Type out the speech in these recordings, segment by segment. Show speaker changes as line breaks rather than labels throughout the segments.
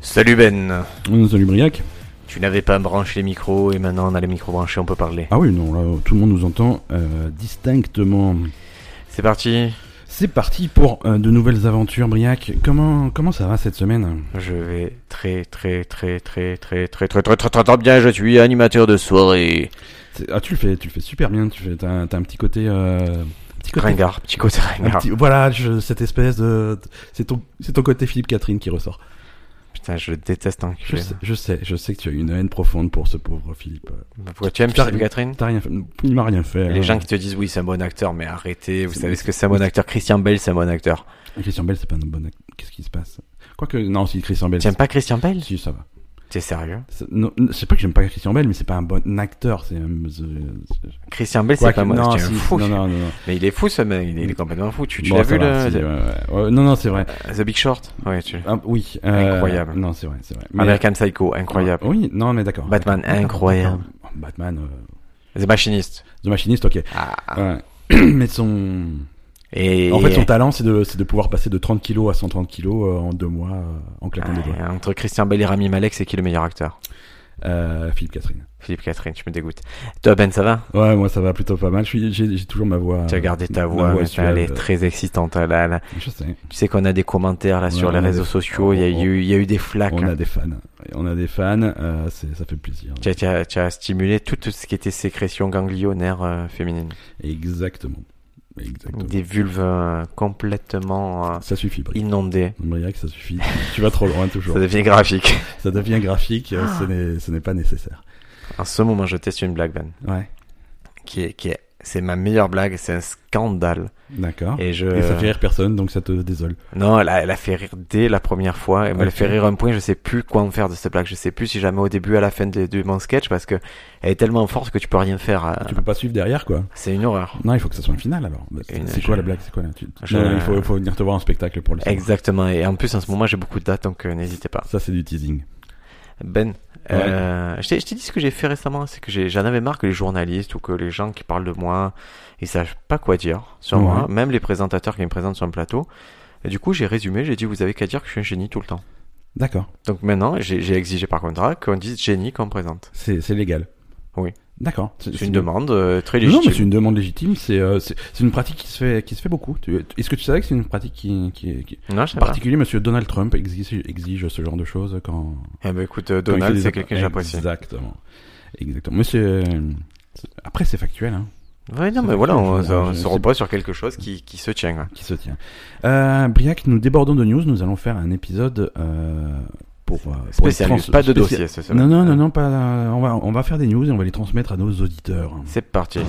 Salut Ben.
Hum, Salut Briac.
Tu n'avais pas branché les micros et maintenant on a les micros branchés, on peut parler.
Ah oui, non, là, tout le monde nous entend euh, distinctement.
C'est parti.
C'est parti pour euh, de nouvelles aventures, Briac. Comment, comment ça va cette semaine
Je vais très très très très très très très très très très très bien. Je suis animateur de soirée.
C'est- Ah, tu le fais, tu le fais super bien. Tu fais, t'as, un- t'as un petit côté, euh, petit côté-
Ringard, petit côté
un
ringard.
petit- voilà, je- cette espèce de, c'est ton, c'est ton côté Philippe Catherine qui ressort.
Putain, je déteste hein, un
Je sais, je sais, je sais que tu as une haine profonde pour ce pauvre Philippe.
Pourquoi tu aimes
Putain,
Philippe Catherine
T'as rien fait, il m'a rien fait.
Les
hein.
gens qui te disent oui, c'est un bon acteur, mais arrêtez. Vous
C'est-
savez ce que c'est un bon acteur Christian Bale, c'est un bon acteur.
Christian Bell, c'est pas un bon. act- Qu'est-ce qui se passe Quoique, non, si Christian Bell.
T'aimes pas Christian Bale
Si, ça va.
T'es sérieux
C'est- non, non, c'est pas que j'aime pas Christian Bell, mais c'est pas un bon acteur. C'est un. c'est-
Christian Bale,
Quoi
c'est pas
que-
moi.
non,
c'est un
si,
fou.
non, non, non, non.
Mais il est fou ce mec. Il est, il est complètement fou. Tu, tu
Bon,
l'as
ça
vu
va,
le
si, ouais, ouais. Ouais, Non, non, c'est vrai.
The Big Short Ouais, tu.
Ah, oui. euh,
Incroyable.
Non, c'est vrai, c'est vrai. Mais-
American Psycho, incroyable.
Oui, non, mais d'accord.
Batman,
D'accord,
incroyable.
d'accord. Batman, euh,
The Machinist.
The Machinist, ok.
Ah.
Ouais. mais son.
Et
En fait, son talent, c'est de, c'est de pouvoir passer de 30 kilos à 130 kilos euh, en deux mois euh, en claquant des doigts.
Ouais, Ah, entre Christian Bale et Rami Malek, c'est qui le meilleur acteur
Euh, Philippe Catherine.
Philippe Catherine, tu me dégoûtes. Toi, Ben, ça va
Ouais, moi, ça va plutôt pas mal. Je suis- J'ai j'ai toujours ma voix.
Tu as gardé ta
ma
voix, mais
suave,
elle est
euh,
très excitante. Là, là.
Je sais.
Tu sais qu'on a des commentaires là sur
Ouais,
les
on a
réseaux
des-
sociaux, il y, a
on-
eu- il y a eu des flaques.
On
hein.
a des fans. On a des fans. euh, c'est- ça fait plaisir.
Tu as, tu as- tu as stimulé tout tout ce qui était sécrétion ganglionnaire euh, féminine.
Exactement. Exactement.
Des vulves euh, complètement euh,
Ça suffit, Briac.
inondées.
Briac, ça suffit. tu vas trop loin toujours.
Ça Ah. devient graphique.
Ça devient graphique. euh, ce n'est- ce n'est pas nécessaire.
en ce moment, je teste une blague, Ben.
Ouais.
Qui est, qui est, c'est ma meilleure blague, c'est un scandale.
D'accord. Ah.
Et
Et,
euh, je.
ça fait rire personne, donc ça te désole.
Non, elle a, elle a fait rire dès la première fois. Elle me l'a
Ok.
fait rire un point. Je sais plus quoi en faire de cette blague. Je sais plus si jamais au début, à la fin de, de mon sketch, parce que elle est tellement forte que tu peux rien faire. euh,
Tu peux pas suivre derrière, quoi.
C'est une horreur.
Non, il faut que ça soit un final alors. Bah,
Une-
C'est c'est quoi
je-
la blague C'est quoi là Tu-
Je-
Non, non, il faut, il faut venir te voir en spectacle pour le savoir.
Exactement. Et en plus, en ce moment, j'ai beaucoup de dates, donc euh, n'hésitez pas.
Ça, c'est du teasing.
Ben, euh, je t'ai je t'ai dit ce que j'ai fait récemment, c'est que j'ai- j'en avais marre que les journalistes ou que les gens qui parlent de moi, ils savent pas quoi dire sur
Ouais.
moi, même les présentateurs qui me présentent sur le plateau. Et du coup, j'ai résumé, j'ai dit, vous avez qu'à dire que je suis un génie tout le temps.
D'accord.
Donc maintenant, j'ai j'ai exigé par contrat qu'on dise génie quand on me présente.
C'est c'est légal.
Oui.
D'accord.
C'est une demande euh, très
Non,
légitime.
mais c'est une demande légitime. C'est euh, c'est c'est une pratique qui se fait qui se fait beaucoup. Tu- Est-ce que tu savais que c'est une pratique qui, qui, est- qui-
Non, je sais
en
pas.
particulier Monsieur Donald Trump exige, exige ce genre de choses quand
Eh ben, écoute, euh,
quand il fait
Donald,
des-
c'est quelqu'un que j'apprécie.
Exactement. Exactement. Monsieur. Après, c'est factuel, hein,
Ouais, non,
C'est
mais voilà,
vrai que
on,
je-
on
je-
se
c'est-
repose sur quelque chose qui, qui se tient. quoi.
qui se tient. Euh, Briac, nous débordons de news. Nous allons faire un épisode euh, pour, euh, pour les
Spécial,
trans-
pas de
spécial-
dossier, c'est ça.
Non, non, non, non, pas. On va, on va faire des news et on va les transmettre à nos auditeurs.
C'est parti.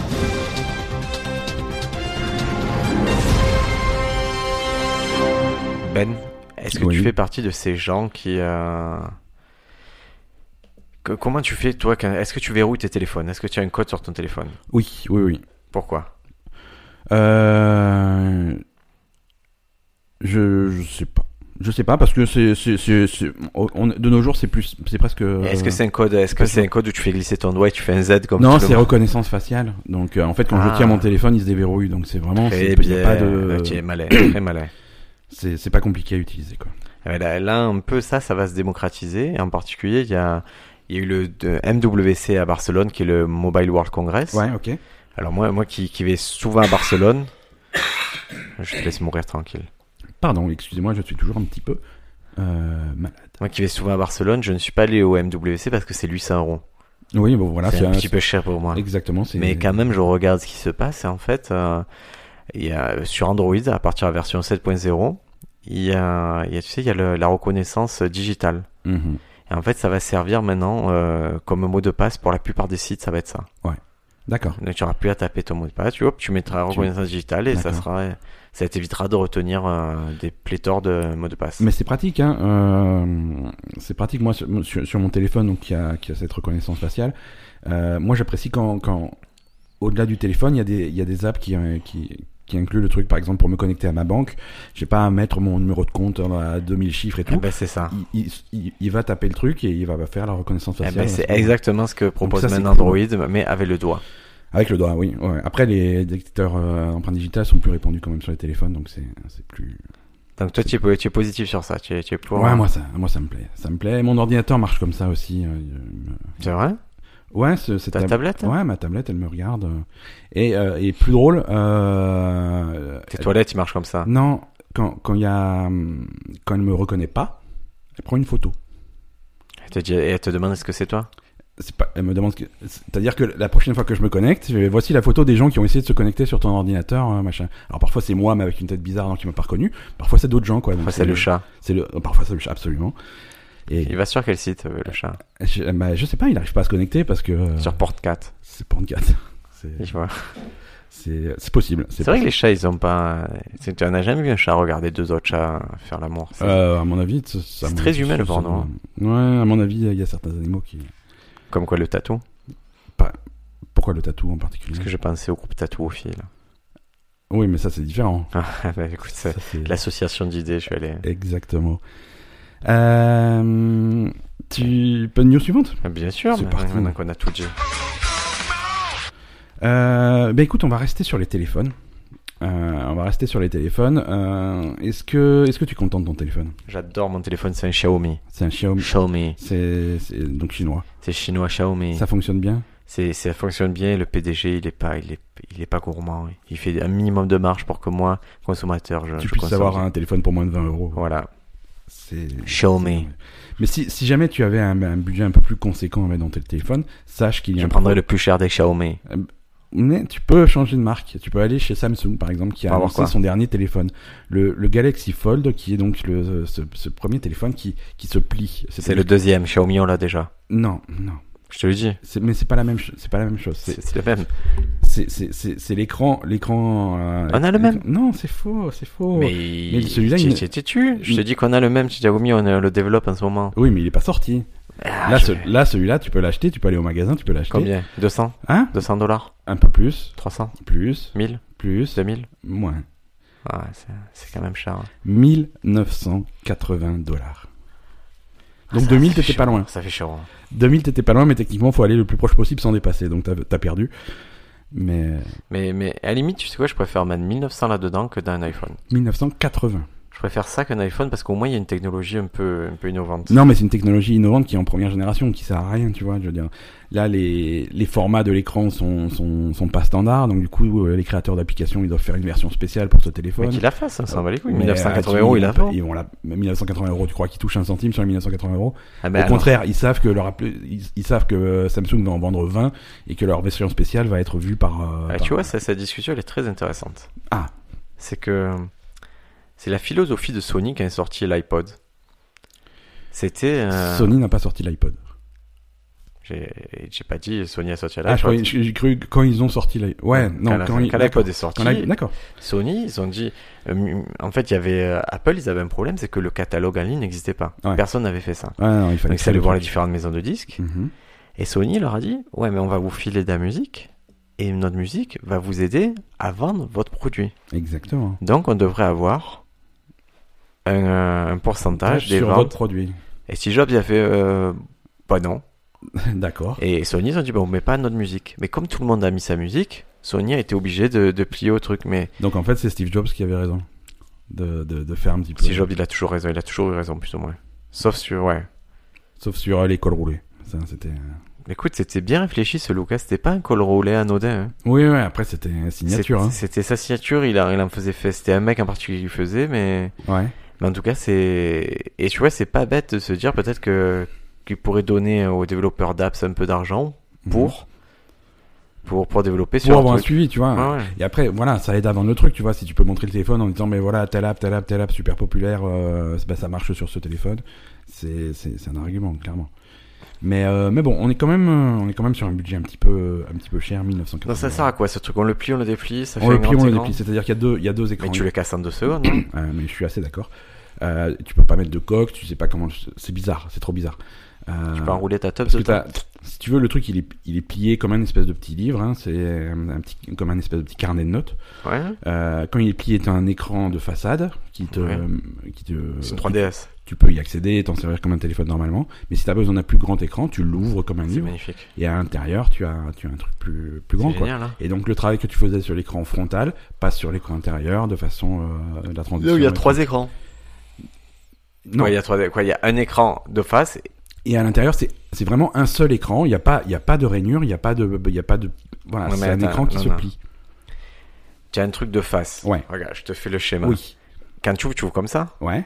Ben, est-ce que tu
Oui.
fais partie de ces gens qui... euh, que- comment tu fais, toi quand- Est-ce que tu verrouilles tes téléphones Est-ce que tu as un code sur ton téléphone
Oui, oui, oui.
Pourquoi
Euh, Je, je sais pas. Je sais pas parce que c'est, c'est, c'est, c'est- on- de nos jours c'est plus, c'est presque.
Est-ce que c'est un code Est-ce que
pas
c'est un code où tu fais glisser ton doigt et tu fais un Z comme
Euh, Non,
tout le
c'est
monde
reconnaissance faciale. Donc euh, en fait, quand
Ah.
je tiens mon téléphone, il se déverrouille. Donc c'est vraiment,
Très
c'est, il y a
bien. Ah,
pas de,
Tu es malin, très malin.
c'est, c'est pas compliqué à utiliser quoi.
Ouais, Là, là, un peu ça, ça va se démocratiser. Et en particulier, il y a, il y a eu le de- MWC à Barcelone, qui est le Mobile World Congress.
Ouais, ok.
Alors moi, moi qui, qui vais souvent à Barcelone, je te laisse mourir tranquille.
Pardon, excusez-moi, je suis toujours un petit peu euh, malade.
Moi qui vais souvent à Barcelone, je ne suis pas allé au MWC parce que c'est 800 euros.
Oui, bon voilà,
c'est
c'est,
un
un-
petit peu cher pour moi.
exactement. C'est,
Mais quand même, je regarde ce qui se passe. Et en fait, euh, il y a, sur Android, à partir de la version 7.0, il y a, il y a, tu sais, il y a le- la reconnaissance digitale.
Mhm.
Et en fait, ça va servir maintenant euh, comme mot de passe pour la plupart des sites, ça va être ça.
D'accord.
Donc tu n'auras plus à taper ton mot de passe, tu, hop, tu mettras reconnaissance digitale et ça
D'accord.
sera, ça t'évitera de retenir euh, des pléthores de mots de passe.
Mais c'est pratique, hein. euh, c'est pratique. Moi, sur, sur- sur mon téléphone, donc qui a, qui a cette reconnaissance faciale, euh, moi j'apprécie quand, quand au-delà du téléphone, il y a des, il y a des apps qui, euh, qui, qui incluent le truc. Par exemple, pour me connecter à ma banque, j'ai pas à mettre mon numéro de compte à 2000 chiffres et
Eh
tout.
ben, c'est ça.
il, il- il- il va taper le truc et il va faire la reconnaissance
Eh
faciale.
ben, c'est exactement ce que propose
ça, c'est
maintenant
cool.
Android, mais avec le doigt.
Avec le doigt, oui. ouais. Après, les détecteurs euh, empreintes digitales sont plus répandus quand même sur les téléphones, donc c'est c'est plus.
Donc toi, tu es, tu es positif sur ça. Tu es, tu es pour.
Ouais, moi ça, moi ça me plaît, ça me plaît. Mon ordinateur marche comme ça aussi. euh, il me-
C'est vrai
Ouais, ce- cette
Ta
tab-
tablette hein?
Ouais, ma tablette, elle me regarde. euh, Et, euh, et plus drôle, euh,
Tes toilettes, ils marchent comme ça.
non, quand quand il y a hum, quand elle me reconnaît pas, elle prend une photo.
Elle te, dit- et elle te demande est-ce que c'est toi
C'est pas, elle me demande, ce que- c'est-à-dire que la prochaine fois que je me connecte, je vais- voici la photo des gens qui ont essayé de se connecter sur ton ordinateur, euh, machin. Alors parfois c'est moi, mais avec une tête bizarre, donc qui m'a pas reconnu. Parfois c'est d'autres gens, quoi. Donc,
Enfin, c'est le chat.
C'est le, parfois c'est le chat, absolument. Et
Il va sur quel site, euh, le chat
je, bah, je sais pas, il arrive pas à se connecter parce que euh,
Sur Portcat.
c'est Porncat. C'est,
je vois.
c'est, c'est possible.
C'est vrai que les chats, ils ont pas. c'est- Tu n'as jamais vu un chat regarder deux autres chats hein, faire l'amour. c'est-
Euh, à mon avis, ça- ça-
C'est très
ça-
humain, le
ça-
porno.
Ouais, à mon avis, il y a certains animaux qui.
Comme quoi le tatou.
Pourquoi le tatou en particulier
Parce que je pensais au groupe tatouophile.
Oui, mais ça c'est différent.
Ah, bah écoute, c'est
Ça, c'est-
l'association d'idées, je vais aller.
Exactement. Euh, tu peux une news suivante
Ah, Bien sûr,
C'est
mais
parti.
maintenant qu'on a tout dit.
euh, Bah écoute, on va rester sur les téléphones. Euh, on va rester sur les téléphones. Euh, est-ce que est-ce que tu es content de ton téléphone
J'adore mon téléphone, c'est un Xiaomi.
C'est un Xiaomi.
Xiaomi.
C'est, c'est donc chinois.
C'est chinois Xiaomi.
Ça fonctionne bien.
C'est, ça fonctionne bien. Le PDG, il est pas, il est, il est pas gourmand. Il fait un minimum de marge pour que moi, consommateur, je,
tu
je
puisses
consomme.
avoir un téléphone pour moins de 20 euros.
Voilà.
C'est...
Xiaomi.
Mais si, si jamais tu avais un, un budget un peu plus conséquent à mettre dans tes téléphones, sache qu'il y a
Je
un
prendrais le plus cher des Xiaomi.
Mais tu peux changer de marque. Tu peux aller chez Samsung, par exemple, qui a
Pour avoir
annoncé
quoi
son dernier téléphone. Le, le Galaxy Fold, qui est donc le, ce, ce premier téléphone qui, qui se plie.
C'est le deuxième. Xiaomi, on l'a déjà.
Non, non.
Je te le dis.
C'est- mais c'est pas la même, cho- c'est pas la même chose.
C'est,
C'est-
c'est le même.
C'est c'est- c'est- c'est l'écran, l'écran. euh,
On a le même.
Non, c'est faux, c'est faux.
Mais,
Oh, mais celui-là,
tu,
il-
tu- tu- tu- Je
il-
te dis qu'on a le même. Xiaomi, on euh, le développe en ce moment.
Oui, mais il est pas sorti.
Ah,
là,
je-
ce- là, celui-là, tu peux l'acheter. Tu peux aller au magasin, tu peux l'acheter.
Combien 200
Hein
200 dollars
Un peu plus,
300
plus,
1000
plus,
2000
moins.
Ah, c'est, c'est quand même cher. hein.
1980 dollars. Donc
Ah, Ça
2000,
fait
t'étais
chiant.
pas loin.
Ça fait hein. chiant.
2000, t'étais pas loin, mais techniquement, faut aller le plus proche possible sans dépasser. Donc t'as t'as perdu. Mais
Mais, mais à la limite, tu sais quoi, je préfère mettre 1900 là-dedans que dans un iPhone.
1980.
Je préfère ça qu'un iPhone parce qu'au moins il y a une technologie un peu, un peu innovante.
Non, mais c'est une technologie innovante qui est en première génération, qui sert à rien, tu vois. Je veux dire, là, les, les formats de l'écran sont, sont, sont pas standards, donc du coup, euh, les créateurs d'applications, ils doivent faire une version spéciale pour ce
Mais
téléphone.
qu'il la fasse, ça s'en va les couilles.
Mais,
1980
euh,
euros,
ils
il a
vont pas- Ils vont la, 1980 euros, tu crois qu'ils touchent un centime sur les 1980 euros
ah,
Au
ben alors,
contraire, ils savent que leur appel- ils, ils savent que euh, Samsung va en vendre 20 et que leur version spéciale va être vue par. euh,
ah,
par-
tu vois, ça, cette discussion elle est très intéressante.
Ah.
C'est que. C'est la philosophie de Sony quand est sorti l'iPod. C'était. euh,
Sony n'a pas sorti l'iPod.
J'ai j'ai pas dit Sony a sorti
Ah, je
l'iPod.
croyais- j'ai j'ai cru que quand ils ont sorti l'iPod. Ouais, non,
quand la-
quand, ils-
quand
d'accord.
l'iPod est sorti,
Quand l'i- D'accord.
Sony, ils ont dit. euh, en fait, il y avait euh, Apple, ils avaient un problème, c'est que le catalogue en ligne n'existait pas.
Ouais.
Personne n'avait fait ça.
Ouais, non, il fallait.
Donc,
que
c'est
ça
allé
le
voir les
truc.
différentes maisons de disques.
Mhm.
Et Sony leur a dit Ouais, mais on va vous filer de la musique. Et notre musique va vous aider à vendre votre produit.
Exactement.
Donc, on devrait avoir un, euh, un pourcentage des
sur
ventes.
votre produit.
Et si Jobs a fait euh, Bah non.
d'accord.
Et Sony, ils ont dit Bah, on met pas notre musique. Mais comme tout le monde a mis sa musique, Sony a été obligé de, de plier au truc. Mais
Donc en fait, c'est Steve Jobs qui avait raison de, de, de faire un petit peu.
si Jobs, il a toujours raison. Il a toujours eu raison, plus ou moins. Sauf sur, ouais.
Sauf sur euh, les cols roulés. Ça, c'était. euh,
Écoute, c'était bien réfléchi ce Lucas. C'était pas un col roulé anodin. hein.
Oui, ouais. Après, c'était une signature.
C'est-
Hein.
C'était sa signature, il, a- il en faisait fait. C'était un mec en particulier qui le faisait, mais,
hein. Ouais.
mais en tout cas, c'est. Et tu vois, c'est pas bête de se dire peut-être que qu'il pourrait donner aux développeurs d'apps un peu d'argent pour, pour, pour développer
Mhm. pour
sur
avoir
un
un
truc.
suivi, tu vois.
Ouais, ouais.
Et après, voilà, ça aide à vendre le truc, tu vois. Si tu peux montrer le téléphone en disant, mais voilà, telle app, telle app, telle app super populaire, euh, bah, ça marche sur ce téléphone, c'est c'est- c'est un argument, clairement. Mais, euh, mais bon, on est, quand même, euh, on est quand même sur un budget un petit peu, un petit peu cher, 1980.
Non, ça sert à quoi ce truc On le plie, on le déplie, ça
On
fait
le
un
plie,
grand
on le
écran.
déplie. C'est-à-dire qu'il y, a deux- il y a deux écrans.
Mais tu le casses en deux secondes, hein. non
Euh, mais je suis assez d'accord. Euh, tu peux pas mettre de coque, tu sais pas comment. C'est bizarre, c'est trop bizarre. Euh,
Tu peux enrouler ta top
parce que t'as- si tu veux, le truc il est, il est plié comme un espèce de petit livre, hein, c'est un un petit, comme un espèce de petit carnet de notes.
Ouais.
Euh, quand il est plié, t'as un écran de façade qui te,
Ouais.
qui te-
C'est une 3DS.
Tu peux y accéder et t'en servir comme un téléphone normalement. Mais si t'as besoin d'un plus grand écran, tu l'ouvres comme un
C'est
livre.
magnifique.
Et à l'intérieur, tu as, tu as un truc plus, plus grand,
C'est
quoi.
génial, hein.
Et donc le travail que tu faisais sur l'écran frontal passe sur l'écran intérieur de façon euh, la transition.
il y a
est-
trois écrans.
Non.
Quoi, il y a trois- quoi, il y a un écran de face.
Et à l'intérieur, c'est c'est vraiment un seul écran. Il n'y a pas, il y a pas de rainure, il n'y a pas de, il y a pas de, voilà,
Ouais,
c'est
mais
un
attends,
écran qui
non,
se
non.
plie.
Tu as un truc de face.
Ouais.
Regarde, je te fais le schéma.
Oui.
Quand tu ouvres, tu ouvres comme ça.
Ouais.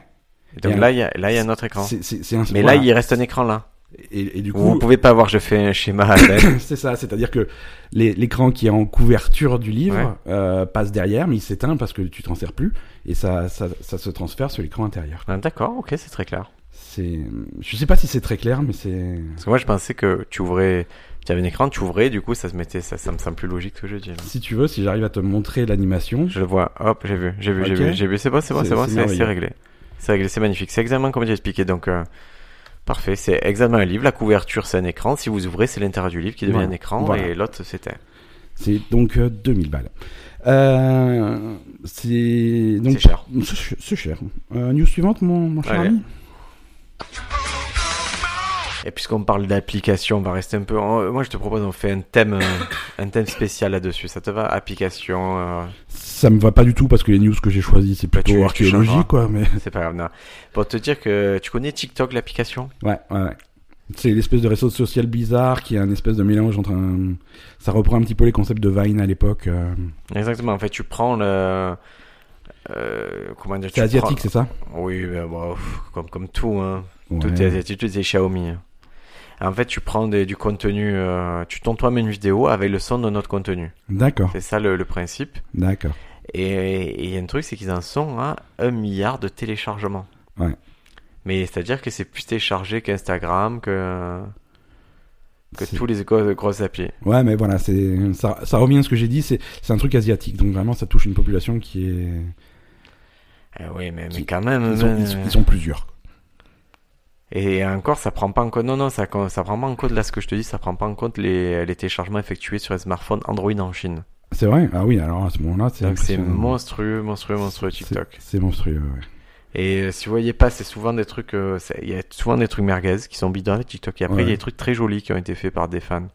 Et donc
Il y a
là, il y a, là, il y a un autre écran.
C'est, c'est, c'est un.
Mais
voilà.
là, il reste un écran là.
Et, et du
Vous
coup,
pouvez pas voir, je fais un schéma. à peine.
c'est ça. C'est-à-dire que les- l'écran qui est en couverture du livre
Ouais.
euh, passe derrière, mais il s'éteint parce que tu t'en sers plus, et ça, ça, ça se transfère sur l'écran intérieur.
Ah, D'accord, ok, c'est très clair.
C'est, je sais pas si c'est très clair, mais c'est.
Parce que moi, je pensais que tu ouvrais, tu avais un écran, tu ouvrais, du coup, ça se mettait, ça, ça me semble plus logique que je dis. là.
Si tu veux, si j'arrive à te montrer l'animation,
Je le vois, hop, j'ai vu, j'ai vu,
Ok.
j'ai vu, j'ai vu, c'est bon, c'est bon,
C'est-
c'est bon,
c'est
c'est
merveilleux.
c'est réglé. C'est réglé, c'est magnifique, c'est exactement comme j'ai expliqué, donc euh, parfait, c'est exactement un livre, la couverture c'est un écran, si vous ouvrez c'est l'intérieur du livre qui devient
Voilà.
un écran
Voilà.
et l'autre c'était.
c'est donc euh, 2000 balles. Euh, c'est donc
C'est cher.
C'est ch- c'est cher. Euh, news suivante, mon, mon cher
Allez.
ami
Et puisqu'on parle d'application, on va rester un peu, on- moi je te propose on fait un thème, euh, un thème spécial là-dessus, ça te va Application, euh,
Ça me va pas du tout parce que les news que j'ai choisies, c'est
Bah,
plutôt
tu- tu changeras.
archéologie, quoi. Mais
c'est pas grave, non. Pour te dire que tu connais TikTok l'application
ouais, ouais. ouais. C'est l'espèce de réseau social bizarre qui est un espèce de mélange entre un. Ça reprend un petit peu les concepts de Vine à l'époque. euh,
Exactement, en fait tu prends le... euh, comment dire tu
C'est
prends-
asiatique, c'est ça
Oui, mais bon, pff, comme, comme tout, hein. Tout
Ouais.
est asiatique, tout est Xiaomi. hein. En fait, tu prends des- du contenu, euh, tu tournes toi-même une vidéo avec le son de notre contenu.
D'accord,
C'est ça le, le principe.
d'accord.
Et et il y a un truc, c'est qu'ils en sont à un milliard de téléchargements.
Ouais.
Mais c'est-à-dire que c'est plus téléchargé qu'Instagram, que, que
C'est-
tous les gros- grosses applis.
Ouais, mais voilà, c'est ça, ça revient à ce que j'ai dit. C'est c'est un truc asiatique, donc vraiment, ça touche une population qui est.
Eh oui, mais, mais
Qui-
quand même.
Ils sont,
euh,
ils sont- ils sont plusieurs.
Et encore, ça prend pas en compte. Non, non, ça, ça prend pas en compte. Là, ce que je te dis, ça prend pas en compte les, les téléchargements effectués sur les smartphones Android en Chine.
C'est vrai Ah oui, alors à ce moment-là, c'est.
Donc c'est
impressionnant.
monstrueux, monstrueux, monstrueux TikTok.
C'est- C'est monstrueux, ouais.
Et euh, si vous voyez pas, c'est souvent des trucs, euh, c'est- il y a souvent des trucs merguez qui sont bidons avec TikTok. Et après, il y a
Ouais.
des trucs très jolis qui ont été faits par des fans.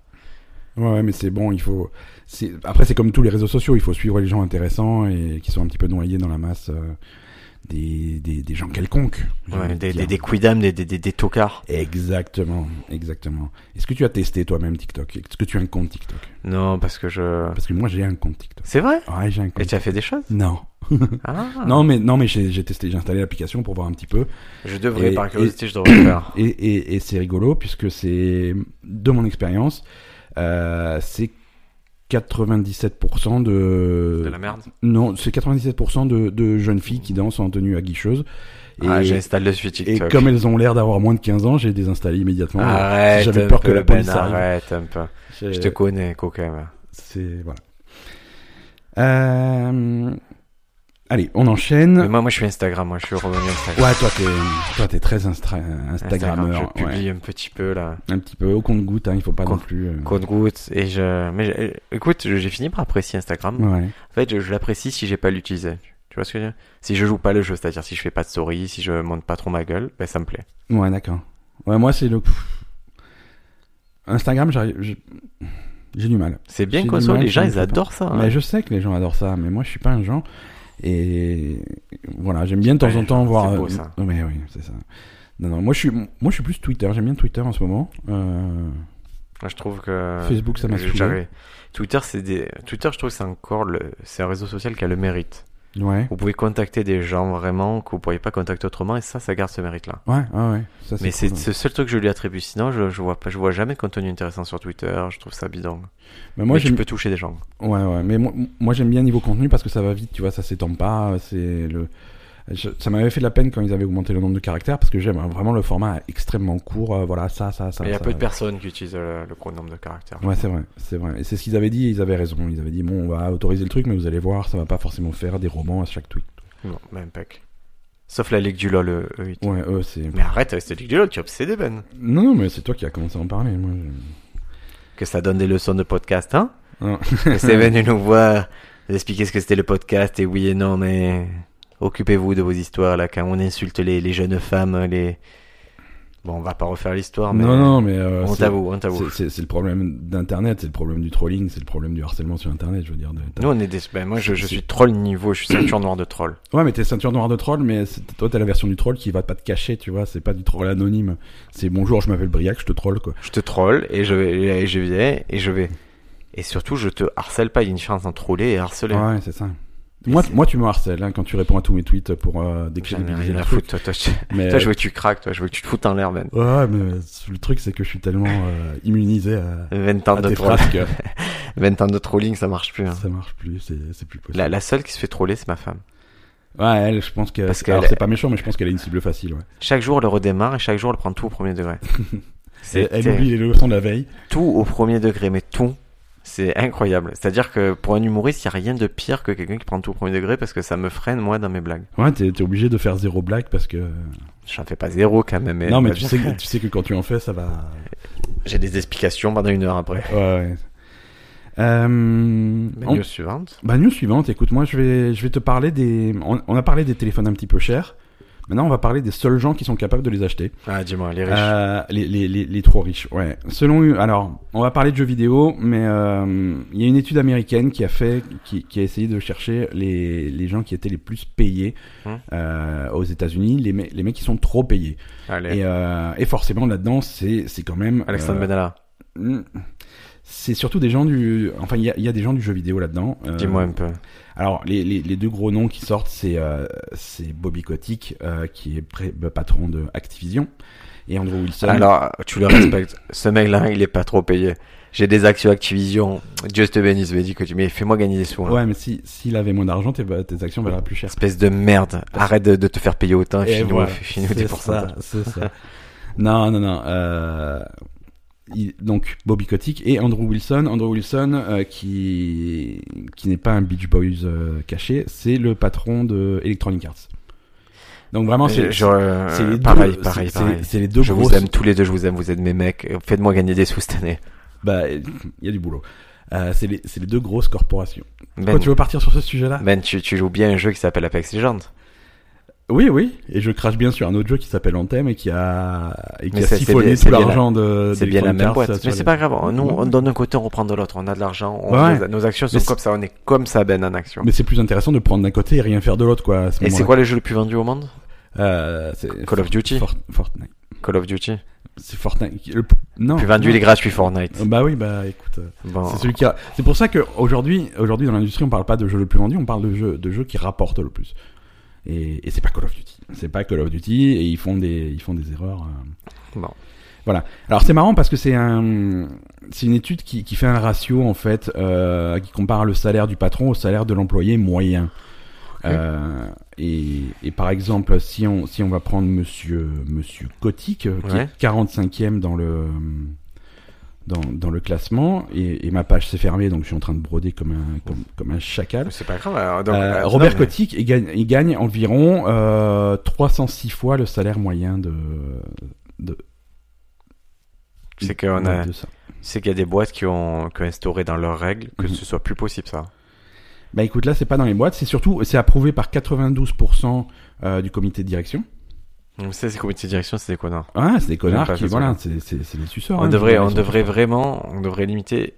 Ouais, ouais, mais c'est bon, il faut. c'est- Après, c'est comme tous les réseaux sociaux, il faut suivre les gens intéressants et qui sont un petit peu noyés dans la masse euh, des, des, des gens quelconques. j'ai
Ouais,
envie de
des,
dire.
des, des quidam, des, des, des, des tocards.
Exactement, exactement. Est-ce que tu as testé toi-même TikTok Est-ce que tu as un compte TikTok
Non, parce que je.
Parce que moi, j'ai un compte TikTok.
C'est vrai
Ouais, j'ai un compte.
Et tu as fait des choses
Non.
Ah
Mm. Non, mais, non, mais j'ai j'ai testé, j'ai installé l'application pour voir un petit peu.
Je devrais,
Et-
par curiosité, je devrais le faire.
Et, et, et c'est rigolo puisque c'est, de mon expérience, euh, c'est 97% de,
De la merde.
Non, c'est 97% de, de jeunes filles qui dansent en tenue aguicheuse. Et,
Ah, j'installe dessus
et
TikTok.
comme elles ont l'air d'avoir moins de 15 ans, j'ai désinstallé immédiatement.
Arrête,
J'avais
un
peur
peu,
que la
Ben,
police arrive.
Arrête un peu.
J'ai-
Je te connais, coquin.
C'est voilà. Euh, Allez, on
Mais
enchaîne.
moi, moi, je suis Instagram. Moi, je suis revenu Instagram.
Ouais, toi t'es, toi t'es très instra- Instagrammeur.
je
ouais.
publie un petit peu là.
Un petit peu au compte-goutte, hein, il faut pas
Quoi
non plus. euh,
Compte-gouttes et je mais je- euh, écoute je- j'ai fini par apprécier Instagram
Ouais.
en fait je, je l'apprécie si j'ai pas l'utilisé tu vois ce que je veux dire si je joue pas le jeu c'est-à-dire si je fais pas de story si je monte pas trop ma gueule ben ça me plaît
Ouais, d'accord. Ouais, moi c'est le. Pff. Instagram, j'arrive. je- J'ai du mal.
c'est bien
J'ai
qu'on
du
soit
mal,
les
ça
gens
me
ils
plaît pas.
adorent ça hein.
Mais je sais que les gens adorent ça, mais moi je suis pas un genre. Et voilà, j'aime bien de temps
Ouais,
en temps voir.
c'est beau,
euh,
ça.
Ouais, oui, c'est ça. Non, non, moi je suis, moi je suis plus Twitter. J'aime bien Twitter en ce moment. Euh,
Moi, je trouve que
Facebook, ça m'a saoulé.
J'avais- Twitter c'est des Twitter je trouve que c'est encore le c'est un réseau social qui a le mérite
Ouais.
vous pouvez contacter des gens vraiment que vous pourriez pas contacter autrement et ça ça garde ce mérite là
Ouais, ouais, ouais. Ça,
mais c'est
cool.
ce seul truc que je lui attribue sinon je, je vois pas je vois jamais de contenu intéressant sur Twitter je trouve ça bidon
Mais moi
mais tu
j'aime.
peux toucher des gens
Ouais, ouais. Mais moi, moi, j'aime bien niveau contenu parce que ça va vite, tu vois, ça s'étend pas. C'est le. je- Ça m'avait fait de la peine quand ils avaient augmenté le nombre de caractères parce que j'aime vraiment le format extrêmement court. euh, voilà, ça, ça, ça.
Mais il y a
ça,
peu de personnes qui utilisent euh, le, gros nombre de caractères.
Ouais, c'est vrai, c'est vrai. Et c'est ce qu'ils avaient dit, et ils avaient raison. Ils avaient dit, bon, on va autoriser le truc, mais vous allez voir, ça va pas forcément faire des romans à chaque tweet.
Non, même pas. que. Sauf la Ligue du LoL, euh, eux, ils-
Ouais, eux, c'est.
Mais arrête avec cette Ligue du LoL, tu es obsédé, Ben.
Non, non, mais c'est toi qui as commencé à en parler. Moi, je-
Que ça donne des leçons de podcast, hein
Non.
Que c'est venu nous voir, nous expliquer ce que c'était le podcast, et oui et non, mais... Occupez-vous de vos histoires, là, quand on insulte les, les jeunes femmes, les... Bon, on va pas refaire l'histoire, mais
Non, non, mais euh,
on
c'est-
t'avoue, on t'avoue.
c'est- c'est c'est le problème d'internet, c'est le problème du trolling, c'est le problème du harcèlement sur internet, je veux dire. de- t'as-
Nous, on est des. Ben, moi, je, je
c'est-
suis troll niveau, je suis ceinture noire de troll.
Ouais, mais t'es ceinture noire de troll, mais c'est- toi t'as la version du troll qui va pas te cacher, tu vois. C'est pas du troll anonyme. C'est bonjour, je m'appelle Briac, je te troll quoi.
Je te troll et je vais, et je vais, et je vais. Et surtout, je te harcèle pas. Il y a une différence entre troller et harceler.
Ouais, c'est ça. Moi,
c'est-
moi, tu me harcèles hein, quand tu réponds à tous mes tweets pour euh,
J'en ai
décrédibiliser
rien
le
à
truc.
foutre. Toi, toi, je-
Mais,
toi, je veux que tu craques. Toi, je veux que tu te foutes en l'air, Ben.
Ouais, mais le truc, c'est que je suis tellement euh, immunisé à,
20 ans
à
de
tes
troll.
phrases que
20 ans de trolling, ça marche plus. hein.
ça marche plus, c'est c'est plus possible.
La, la seule qui se fait troller, c'est ma femme.
Ouais, elle, je pense que.
Parce
alors,
qu'elle-
c'est pas méchant, mais je pense qu'elle a une cible facile, ouais.
Chaque jour, elle redémarre et chaque jour, elle prend tout au premier degré. C'est
Elle
terrible.
oublie les leçons de la veille.
tout au premier degré, mais tout. C'est incroyable. C'est-à-dire que pour un humoriste, il n'y a rien de pire que quelqu'un qui prend tout au premier degré parce que ça me freine, moi, dans mes blagues.
Ouais, t'es t'es obligé de faire zéro blague parce que.
J'en fais pas zéro quand même.
non, mais
bah,
tu sais, que, tu sais que quand tu en fais, ça va.
J'ai des explications pendant une heure après.
Ouais, ouais. Euh,
La
on-
news suivante.
Bah, news suivante, écoute, moi je vais, je vais te parler des. On, on a parlé des téléphones un petit peu chers. Maintenant, on va parler des seuls gens qui sont capables de les acheter.
Ah, dis-moi, les riches.
Euh, les, les, les, les trop riches, ouais. Selon, alors, on va parler de jeux vidéo, mais euh, il y a une étude américaine qui a fait, qui, qui a essayé de chercher les, les gens qui étaient les plus payés
Hmm.
euh, aux États-Unis, les, me- les mecs qui sont trop payés.
Allez.
Et, euh, et forcément, là-dedans, c'est c'est quand même.
Alexandre
euh,
Benalla,
hmm, c'est surtout des gens du. Enfin, il y a, il y a des gens du jeu vidéo là-dedans. Euh,
dis-moi un peu.
alors, les, les, les deux gros noms qui sortent, c'est euh, c'est Bobby Kotick, euh, qui est pré- bah, patron de Activision, et Andrew Wilson.
Alors, tu le respectes. Ce mec-là, il est pas trop payé. J'ai des actions Activision. Dieu te bénisse, me dit que tu. Mais fais-moi gagner des sous. hein.
Ouais, mais si s'il avait moins d'argent, tes, tes actions valraient plus cher.
Espèce de merde. Arrête de, de te faire payer autant. Et finis-nous
voilà,
finis-nous Eh, tes
c'est
pourcentages.
ça, c'est ça. non, non, non. euh, il- donc Bobby Kotick et Andrew Wilson. Andrew Wilson, euh, qui qui n'est pas un Beach Boys euh, caché, c'est le patron de Electronic Arts. Donc vraiment, c'est
Euh, je- euh,
c'est les deux-
pareil,
c'est-
pareil,
c'est-
pareil.
C'est les deux
je
grosses
vous aime tous les deux, je vous aime, vous êtes mes mecs. Euh, Faites-moi gagner des sous cette année.
Bah, il y a du boulot. Euh, c'est les, c'est les deux grosses corporations.
Ben,
Quoi, tu veux partir sur ce sujet-là
Ben, tu, tu joues bien un jeu qui s'appelle Apex Legends.
Oui, oui. Et je crache bien sur un autre jeu qui s'appelle Anthem et qui a, et qui
Mais
a
ça, c'est bien-
siphonné
c'est
tout
bien
l'argent de.
C'est bien la
d'Electronic
même
Arts
boîte.
sur
Mais
les-
c'est pas grave. Nous, on
Ouais.
donne d'un côté, on reprend de l'autre. On a de l'argent. on-
Ouais.
nos- Nos actions sont
Mais c'est-
comme ça. On est comme ça, Ben, en action.
Mais c'est plus intéressant de prendre d'un côté et rien faire de l'autre, quoi. à ce
Et c'est
moment-là.
quoi le jeu le plus vendu au monde
Euh, c'est
Call of Duty.
Fort- Fortnite.
Call of Duty.
C'est Fortnite. qui- le- Non.
Plus vendu, il est gratuit Fortnite.
Bah oui, bah écoute. euh,
Bon.
C'est celui qui a. C'est pour ça qu'aujourd'hui, aujourd'hui dans l'industrie, on parle pas de jeu le plus vendu, on parle de jeu, de jeu qui rapporte le plus. Et, et c'est pas Call of Duty. C'est pas Call of Duty et ils font des, ils font des erreurs. euh.
Bon.
Voilà. Alors c'est marrant parce que c'est un, c'est une étude qui, qui fait un ratio en fait, euh, qui compare le salaire du patron au salaire de l'employé moyen. Euh, et, et par exemple, si on, si on va prendre Monsieur, Monsieur Kotick, euh, qui
Ouais.
est 45e dans le, dans, dans le classement, et, et ma page s'est fermée, donc je suis en train de broder comme un, comme, comme un chacal.
Mais C'est pas grave. alors, donc,
Euh,
euh,
Robert
non, mais-
Kotick, il gagne, il gagne environ euh, 306 fois le salaire moyen de, de,
C'est qu'on a-
de ça.
c'est qu'il y a des boîtes qui ont, qui ont instauré dans leurs règles que
Mhm.
ce soit plus possible ça.
Bah écoute, là, c'est pas dans les boîtes, c'est surtout, c'est approuvé par 92% euh, du comité de direction.
Donc, ça, c'est comités de direction, c'est des connards.
Ah, c'est des connards
pas
qui,
fait
voilà, c'est c'est- c'est des suceurs.
On
hein,
devrait,
ils
on
sont-
devrait vraiment, on devrait limiter,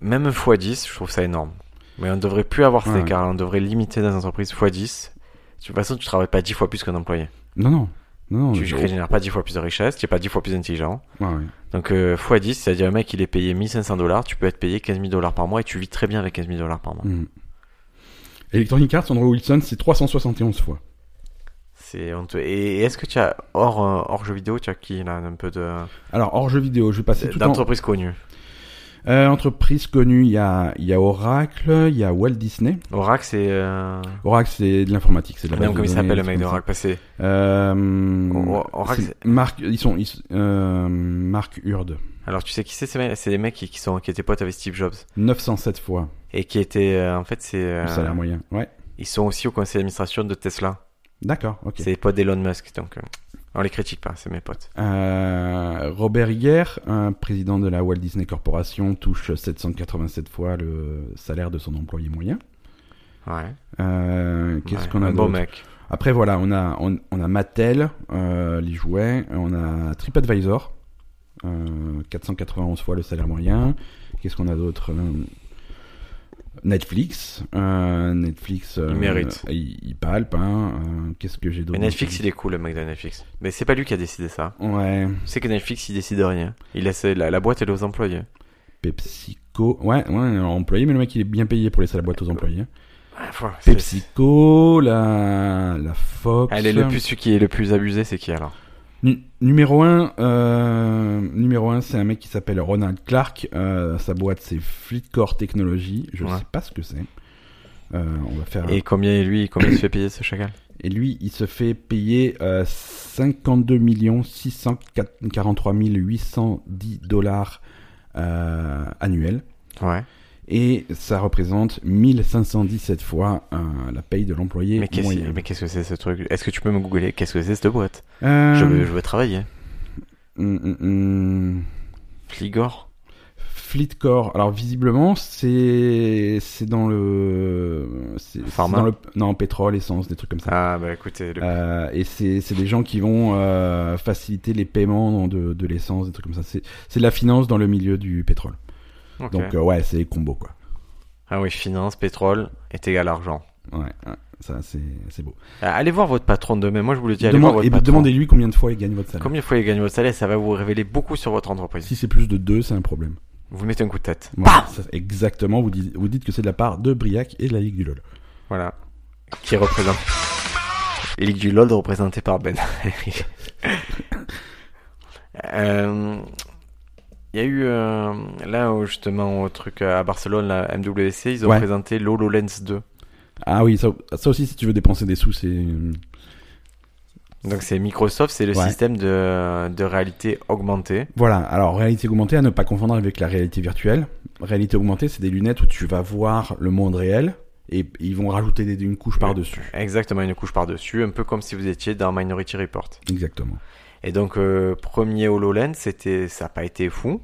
même x10, je trouve ça énorme. Mais on devrait plus avoir cet
Ouais.
écart, on devrait limiter dans les entreprises x10. De toute façon, tu travailles pas 10 fois plus qu'un employé.
Non, non. Non, non,
tu
Oh, mais-
ne génères pas 10 fois plus de richesse, tu n'es pas 10 fois plus intelligent.
Ouais, ouais.
Donc euh, x10, c'est-à-dire le mec, il est payé 1500 dollars, tu peux être payé 15 000 dollars par mois et tu vis très bien avec 15 000 dollars par mois.
Mm. Electronic Arts, Andrew Wilson, c'est 371 fois.
C'est honteux. Et est-ce que tu as, hors, euh, hors jeu vidéo, tu as qui là, un peu de,
Alors, hors jeu vidéo, je vais passer tout en...
d'entreprise connue
Euh, entreprise connue, il y a, il y a Oracle, il y a Walt Disney.
Oracle, c'est. Euh...
Oracle, c'est de l'informatique, c'est de la
Même
base
comme
de
il
données,
s'appelle le
des
mec
trucs comme
d'Oracle, passé.
ça. Euh,
Or- Oracle,
c'est Marc, ils sont, ils, euh, Marc Hurd.
Alors tu sais qui c'est ces mecs C'est les mecs qui, qui sont, qui étaient potes avec Steve Jobs.
907 fois
Et qui étaient. euh, en fait, c'est. euh,
le salaire moyen. Ouais.
ils sont aussi au conseil d'administration de Tesla.
D'accord, ok.
C'est les potes d'Elon Musk. Donc euh, on les critique pas, c'est mes potes.
Euh, Robert Iger, un président de la Walt Disney Corporation, touche 787 fois le salaire de son employé moyen.
Ouais.
Euh, Qu'est-ce
Ouais,
qu'on a
Un beau
d'autre
mec.
Après, voilà, on a, on, on a Mattel, euh, les jouets, on a TripAdvisor, euh, 491 fois le salaire moyen. Qu'est-ce qu'on a d'autre Euh, Netflix. euh, Netflix. euh,
mérite.
Il, il palpe. hein, euh, Qu'est-ce que j'ai
Mais
d'autre
Netflix, il est cool, le mec de Netflix. Mais c'est pas lui qui a décidé ça.
Ouais.
C'est que Netflix, il décide rien. Il laisse la, la boîte, elle est aux employés.
PepsiCo. Ouais, ouais, employé, mais le mec, il est bien payé pour laisser la boîte aux employés.
Ah, faut- c'est-
PepsiCo, la, la Fox.
Allez, le plus, celui qui est le plus abusé, c'est qui alors
Nu- numéro 1, numéro un, c'est un mec qui s'appelle Ronald Clark. Euh, sa boîte, c'est Fleetcore Technology. Je ne
Ouais.
sais pas ce que c'est. Euh, on va faire.
Et combien, lui, combien il se fait payer ce chacal
Et lui, il se fait payer euh, 52 643 810 dollars euh, annuels.
Ouais.
Et ça représente 1517 fois euh, la paye de l'employé
Mais qu'est-ce
moyen.
mais qu'est-ce que c'est ce truc Est-ce que tu peux me googler Qu'est-ce que c'est cette boîte
Euh,
je, veux, je veux travailler.
hum, hum, hum.
Fligor
Fleetcore. Alors visiblement, c'est c'est dans le c'est c'est
Pharma.
dans le non pétrole, essence, des trucs comme ça.
Ah, bah écoutez, le-
Euh, et c'est c'est des gens qui vont euh, faciliter les paiements de de l'essence, des trucs comme ça. C'est c'est de la finance dans le milieu du pétrole.
ok.
Donc euh, ouais, c'est combo quoi.
Ah oui, finance, pétrole est égal argent.
Ouais, ouais, ça c'est c'est beau.
Ah, Allez voir votre patron demain. Moi, je vous le dis, allez
Demande-
voir votre
et
patron.
demandez-lui combien de fois il gagne votre salaire.
Combien de fois il gagne votre salaire Ça va vous révéler beaucoup sur votre entreprise.
Si c'est plus de deux, c'est un problème.
Vous mettez un coup de tête.
Voilà, ça- exactement. Vous dites vous dites que c'est de la part de Briac et de la Ligue du LOL.
Voilà. Qui représente. Ligue du LOL représentée par Ben. Euh, Il y a eu euh, là où, justement au truc euh, à Barcelone, la MWC, ils ont
Ouais.
présenté l'HoloLens 2.
Ah oui, ça, ça aussi, si tu veux dépenser des sous, c'est
Donc c'est Microsoft, c'est le
Ouais.
système de, de réalité augmentée.
Voilà, alors réalité augmentée à ne pas confondre avec la réalité virtuelle. Réalité augmentée, c'est des lunettes où tu vas voir le monde réel et ils vont rajouter des- une couche par-dessus.
Exactement, une couche par-dessus, un peu comme si vous étiez dans Minority Report.
Exactement.
Et donc, euh, premier HoloLens, c'était, ça n'a pas été fou.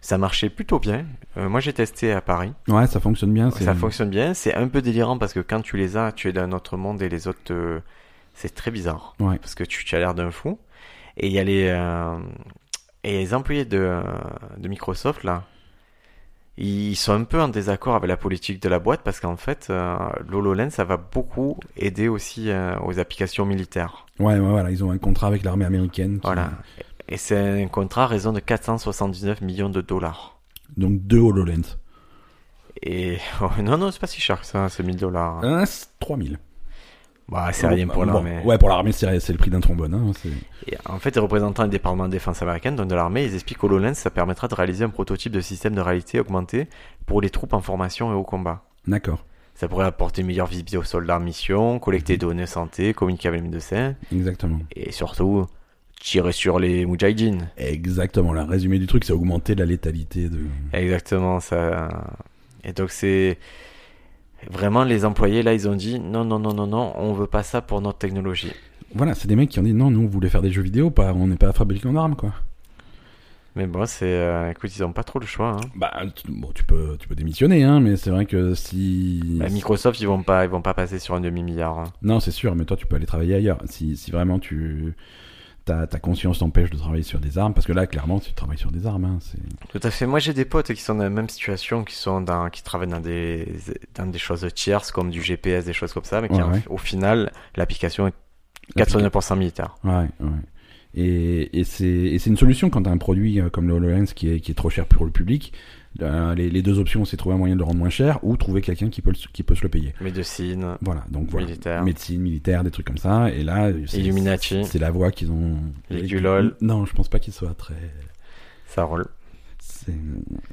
Ça marchait plutôt bien. Euh, moi, j'ai testé à Paris.
Ouais, ça fonctionne bien. c'est-
Ça fonctionne bien. C'est un peu délirant parce que quand tu les as, tu es dans notre monde et les autres, te- c'est très bizarre.
Ouais.
Parce que tu, tu as l'air d'un fou. Et il y a les, euh, et les employés de, de Microsoft, là, ils sont un peu en désaccord avec la politique de la boîte parce qu'en fait, euh, l'HoloLens, ça va beaucoup aider aussi euh, aux applications militaires.
Ouais, ouais, voilà, ils ont un contrat avec l'armée américaine. qui-
Voilà. Et c'est un contrat à raison de 479 millions de dollars.
Donc deux HoloLens.
Et oh, non, non, c'est pas si cher que ça, c'est 1000 dollars.
Un, c'est 3000.
Bah, c'est rien pour
Hein Bon,
l'armée.
Ouais, pour l'armée, c'est c'est le prix d'un trombone. hein, c'est-
Et En fait, les représentants des départements de défense américaine, donc de l'armée, ils expliquent qu'HoloLens, ça permettra de réaliser un prototype de système de réalité augmentée pour les troupes en formation et au combat.
D'accord,
Ça pourrait apporter une meilleure visibilité aux soldats en mission, collecter des données santé, communiquer avec les médecins,
exactement.
et surtout, tirer sur les moudjahidines.
Exactement, le résumé du truc, c'est augmenter la létalité de...
Exactement, ça. Et donc c'est vraiment les employés là, ils ont dit non, non, non, non, non, on veut pas ça pour notre technologie.
Voilà, c'est des mecs qui ont dit non, nous, on voulait faire des jeux vidéo, pas, on n'est pas fabricant d'armes, quoi.
Mais bon, c'est, euh, écoute, ils ont pas trop le choix. hein.
Bah, tu, bon, tu peux, tu peux démissionner, hein, mais c'est vrai que si.
Bah, Microsoft, ils vont pas, ils vont pas passer sur un hein. demi milliard.
Non, c'est sûr, mais toi, tu peux aller travailler ailleurs. Si, si vraiment tu. Ta, ta conscience t'empêche de travailler sur des armes, parce que là, clairement, tu travailles sur des armes. Hein, c'est...
Tout à fait. Moi, j'ai des potes qui sont dans la même situation, qui sont dans, qui travaillent dans des, dans des choses tierces comme du GPS, des choses comme ça, mais qui
Ouais,
en-
ouais.
au final, l'application est 89% militaire.
Ouais, ouais. Et, et, c'est, et c'est une solution quand t'as un produit euh, comme le HoloLens qui est, qui est trop cher pour le public. Euh, les, les deux options, c'est trouver un moyen de le rendre moins cher ou trouver quelqu'un qui peut, le- qui peut se le payer.
Médecine,
Voilà, donc voilà.
militaire,
Médecine, militaire, des trucs comme ça. Et là, c'est,
Illuminati,
c'est la voie qu'ils ont.
Les du LOL.
Non, je pense pas qu'ils soient très.
ça roule.
C'est-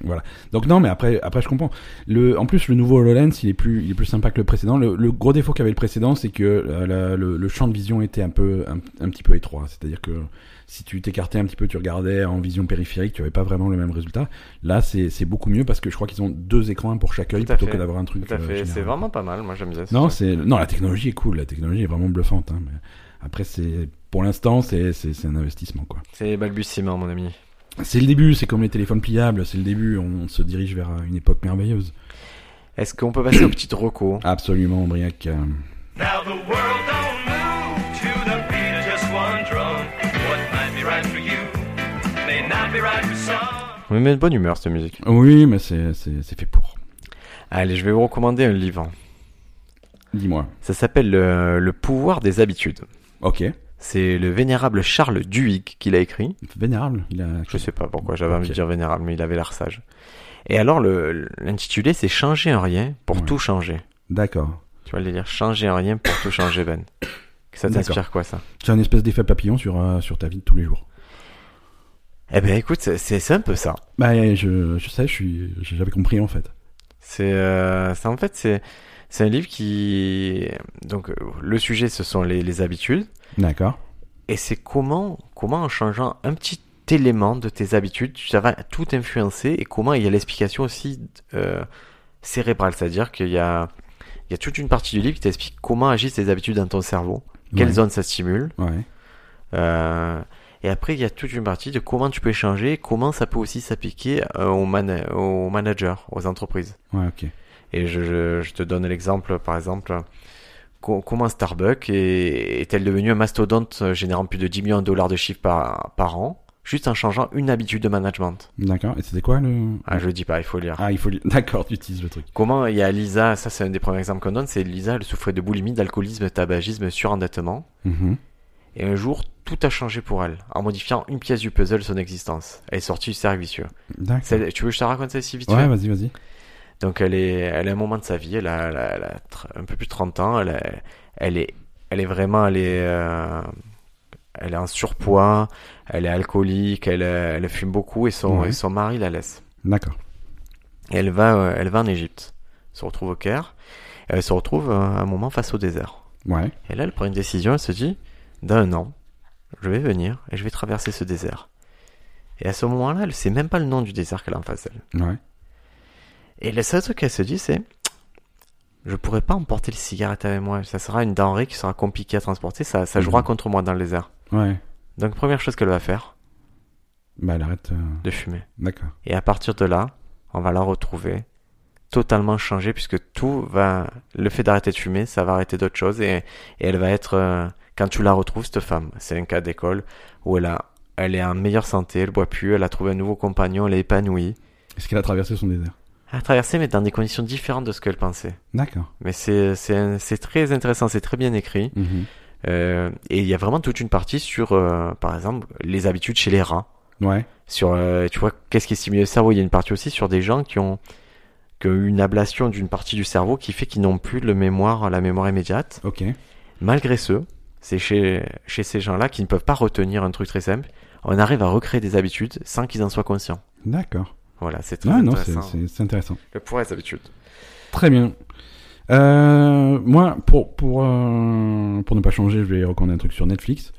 Voilà. Donc non, mais après, après je comprends. Le, en plus, le nouveau HoloLens, il est plus, il est plus sympa que le précédent. Le, le gros défaut qu'avait le précédent, c'est que euh, la- le, le champ de vision était un peu, un, un petit peu étroit. C'est-à-dire que si tu t'écartais un petit peu, tu regardais en vision périphérique, tu avais pas vraiment le même résultat. Là, c'est, c'est beaucoup mieux parce que je crois qu'ils ont deux écrans, un pour chaque œil,
Tout à
plutôt
fait.
que d'avoir un truc.
Tout à
euh,
fait.
général.
C'est vraiment pas mal. Moi, j'aime bien. ce
Non,
truc.
c'est, non, la technologie est cool. La technologie est vraiment bluffante. hein, mais après, c'est, pour l'instant, c'est, c'est, c'est un investissement quoi.
C'est balbutiement, mon ami.
C'est le début, c'est comme les téléphones pliables, c'est le début, on se dirige vers euh, une époque merveilleuse.
Est-ce qu'on peut passer aux petites recos
Absolument, Briac. euh,
Now the world don't
Ah.
On met de bonne humeur cette musique.
Oui, mais c'est c'est- c'est fait pour.
Allez, je vais vous recommander un livre.
Dis-moi.
Ça s'appelle euh, Le pouvoir des habitudes.
Ok.
C'est le vénérable Charles Duhigg qui l'a écrit.
Vénérable. Il a...
Je sais pas pourquoi j'avais envie
Ok.
de dire vénérable, mais il avait l'air sage. Et alors, le- l'intitulé, c'est Changer un rien pour
Ouais.
tout changer.
D'accord.
Tu vois le délire Changer un rien pour tout changer, Ben. Ça
D'accord.
t'inspire quoi, ça
Tu as un espèce d'effet papillon sur, euh, sur ta vie de tous les jours.
Eh ben, écoute, c'est- c'est un peu ça.
Bah, je, je sais, je suis, j'avais compris en fait.
C'est, euh, ça, en fait, c'est, c'est un livre qui, donc, euh, le sujet, ce sont les, les habitudes,
D'accord.
et c'est comment, comment en changeant un petit élément de tes habitudes, ça va tout influencer, et comment il y a l'explication aussi euh, cérébrale, c'est-à-dire qu'il y a, il y a toute une partie du livre qui t'explique comment agissent les habitudes dans ton cerveau, quelles zones ça stimule,
Ouais. ouais.
euh, et après il y a toute une partie de comment tu peux changer, et comment ça peut aussi s'appliquer euh, aux, man- aux managers, aux entreprises.
Ouais, ok.
Et je, je- je te donne l'exemple, par exemple, co- comment Starbucks est- est-elle devenue un mastodonte euh, générant plus de 10 millions de dollars de chiffre par, par an, juste en changeant une habitude de management.
D'accord. Et c'était quoi le.
Ah, je le dis pas, il faut lire.
Ah, il faut. li- D'accord, tu utilises le truc.
Comment il y a Lisa, ça c'est un des premiers exemples qu'on donne, c'est Lisa, elle souffrait de boulimie, d'alcoolisme, tabagisme, surendettement.
Mhm.
Et un jour, tout a changé pour elle, en modifiant une pièce du puzzle son existence. Elle est sortie du servicieux.
D'accord.
C'est- Tu veux que je te raconte ça si vite fait
Ouais, vas-y, vas-y.
Donc elle est, elle a un moment de sa vie, elle a, elle a- elle a tr- un peu plus de 30 ans, elle, a- elle est, elle est vraiment, elle est, euh, elle est en surpoids, elle est alcoolique, elle, euh, elle fume beaucoup et son,
Ouais.
et son mari la laisse.
D'accord.
Et elle va, euh, elle va en Égypte, se retrouve au Caire, elle se retrouve euh, à un moment face au désert.
Ouais.
Et là, elle prend une décision, elle se dit, dans un an, je vais venir et je vais traverser ce désert. Et à ce moment-là, elle sait même pas le nom du désert qu'elle a en face d'elle.
Ouais.
Et le seul truc qu'elle se dit, c'est Je pourrais pas emporter les cigarettes avec moi. Ça sera une denrée qui sera compliquée à transporter. Ça, ça jouera
Mhm.
contre moi dans le désert.
Ouais.
Donc, première chose qu'elle va faire,
Bah, elle arrête. euh,
de fumer.
D'accord.
Et à partir de là, on va la retrouver totalement changée puisque tout va. Le fait d'arrêter de fumer, ça va arrêter d'autres choses et, et elle va être. euh, Quand tu la retrouves, cette femme, c'est un cas d'école où elle a. Elle est en meilleure santé, elle boit plus, elle a trouvé un nouveau compagnon, elle est épanouie.
Est-ce qu'elle a traversé son désert
Elle a traversé, mais dans des conditions différentes de ce qu'elle pensait.
D'accord.
Mais c'est- c'est un- c'est très intéressant, c'est très bien écrit.
Mhm.
Euh, et il y a vraiment toute une partie sur, euh, par exemple, les habitudes chez les rats.
Ouais.
Sur, euh, tu vois, qu'est-ce qui stimule le cerveau Il y a une partie aussi sur des gens qui ont, qui ont eu une ablation d'une partie du cerveau qui fait qu'ils n'ont plus le mémoire, la mémoire immédiate.
Ok.
Malgré ce, c'est chez, chez ces gens-là qui ne peuvent pas retenir un truc très simple. On arrive à recréer des habitudes sans qu'ils en soient conscients.
D'accord.
Voilà, c'est très
Ouais, Ah non, c'est-
intéressant.
c'est c'est intéressant.
Le pouvoir des habitudes.
Très bien. Euh, moi, pour pour euh, pour ne pas changer, je vais recommander un truc sur Netflix.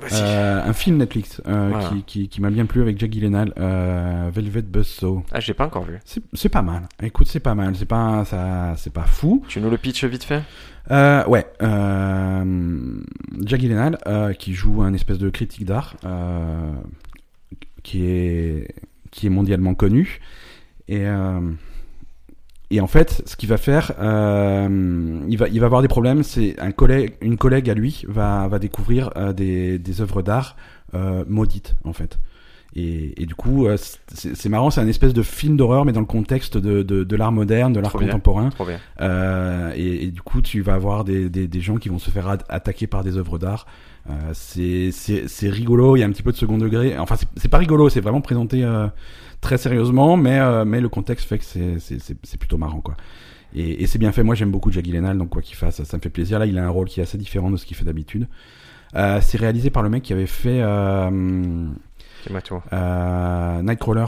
Vas-y.
Euh, un film Netflix euh,
Voilà.
qui, qui, qui m'a bien plu avec Jack Gyllenhaal, euh, Velvet Buzzsaw.
Ah, j'ai pas encore vu.
C'est c'est pas mal. Écoute, c'est pas mal. C'est pas ça, c'est pas fou.
Tu nous le pitches vite fait
Euh, ouais. Euh, Jack Gyllenhaal euh, qui joue un espèce de critique d'art euh, qui est qui est mondialement connu et euh, et en fait, ce qu'il va faire, euh, il va il va avoir des problèmes. C'est un collègue, une collègue à lui va va découvrir euh, des des œuvres d'art euh, maudites en fait. Et, et du coup, euh, c'est c'est marrant, c'est un espèce de film d'horreur, mais dans le contexte de, de, de l'art moderne, de l'art
Trop bien.
contemporain.
Trop bien.
Euh, et, et du coup, tu vas avoir des, des, des gens qui vont se faire ad- attaquer par des œuvres d'art. Euh, c'est- c'est c'est rigolo, il y a un petit peu de second degré. Enfin, c'est- c'est pas rigolo, c'est vraiment présenté euh, très sérieusement, mais, euh, mais le contexte fait que c'est- c'est c'est- c'est plutôt marrant, quoi. Et, et c'est bien fait. Moi, j'aime beaucoup Jack Gyllenhaal, donc quoi qu'il fasse, ça, ça me fait plaisir. Là, il a un rôle qui est assez différent de ce qu'il fait d'habitude. Euh, c'est réalisé par le mec qui avait fait euh,
Dis-moi tout.
euh, Nightcrawler.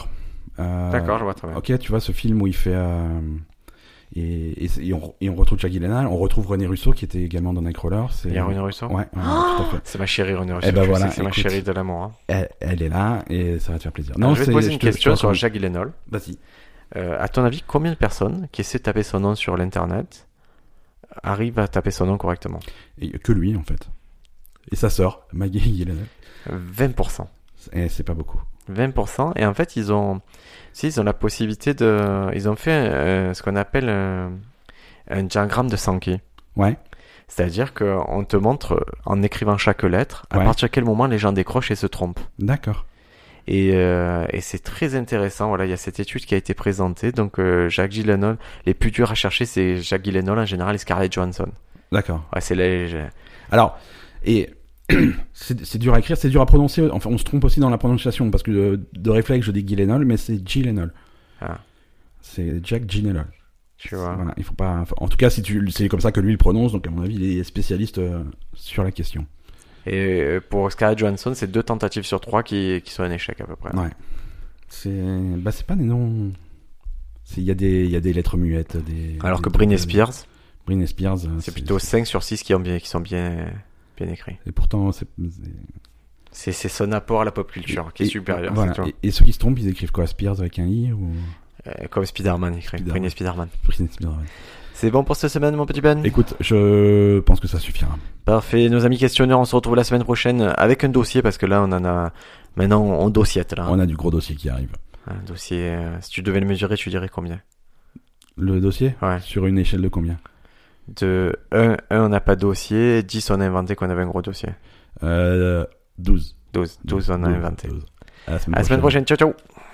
Euh,
D'accord, je vois très bien.
Ok, tu vois ce film où il fait. euh, et, et c'est- et on, et on retrouve Jack Gyllenhaal, on retrouve René Russo qui était également dans Nightcrawler. C'est...
Il y a René Russo
Ouais, ouais, tout à fait.
C'est ma chérie René Russo.
Eh ben
tu
voilà,
sais que c'est ma
écoute.
chérie de l'amour. hein.
Elle, elle est là et ça va te faire plaisir.
Alors, Ah, je vais te
c'est-
poser une
te- te
question sur
raconte.
Jacques Gyllenhaal.
Vas-y.
Euh, à ton avis, combien de personnes qui essaient de taper son nom sur l'internet arrivent à taper son nom correctement
Et que lui, en fait. Et sa sœur, Maggie Gyllenhaal.
20%.
Et c'est pas beaucoup.
20%. Et en fait, ils ont, si, ils ont la possibilité de. Ils ont fait euh, ce qu'on appelle euh, un diagramme de Sankey.
Ouais.
C'est-à-dire qu'on te montre, en écrivant chaque lettre, à
Ouais.
partir de quel moment les gens décrochent et se trompent.
D'accord.
Et, euh, et c'est très intéressant. Voilà, il y a cette étude qui a été présentée. Donc, euh, Jacques Gyllenhaal, les plus durs à chercher, c'est Jacques Gyllenhaal en général et Scarlett Johansson.
D'accord.
Ouais, c'est les. je-
Alors, et c'est c'est dur à écrire, c'est dur à prononcer. Enfin, on se trompe aussi dans la prononciation parce que de, de réflexe, je dis Gyllenhaal, mais c'est Gyllenhaal.
Ah.
C'est Jack Gyllenhaal.
Tu vois.
Voilà, il faut pas. enfin, En tout cas, si tu, c'est comme ça que lui le prononce. Donc, à mon avis, il est spécialiste euh, sur la question.
Et euh, pour Scarlett Johansson, c'est deux tentatives sur trois qui, qui sont un échec à peu près.
Ouais. C'est, bah, c'est pas des noms. C'est- Il y a des, il y a des lettres muettes. Des,
Alors que
des- euh,
Britney Spears,
Britney Spears. euh,
c'est plutôt 5 sur 6 qui, ont bien, qui sont bien, bien écrits.
Et pourtant, c'est. c'est-
C'est c'est son apport à la pop culture qui est
et-
supérieur,
voilà.
c'est tout.
Et, et ceux qui se trompent, ils écrivent quoi Spears avec un i ou
Euh, comme Spider-Man écrit,
Spider-Man.
Britney Spider-Man.
Britney Spears ouais.
C'est bon pour cette semaine, mon petit Ben
Écoute, je pense que ça suffira.
Parfait, nos amis questionneurs, on se retrouve la semaine prochaine avec un dossier parce que là, on en a. Maintenant, on dossiète là.
On a du gros dossier qui arrive.
Un dossier. euh, si tu devais le mesurer, tu dirais combien
Le dossier
Ouais.
Sur une échelle de combien
De 1, 1 on n'a pas de dossier, 10, on a inventé qu'on avait un gros dossier.
euh, 12.
12, 12 on a inventé.
12. À la semaine
À la semaine prochaine,
prochaine.
ciao ciao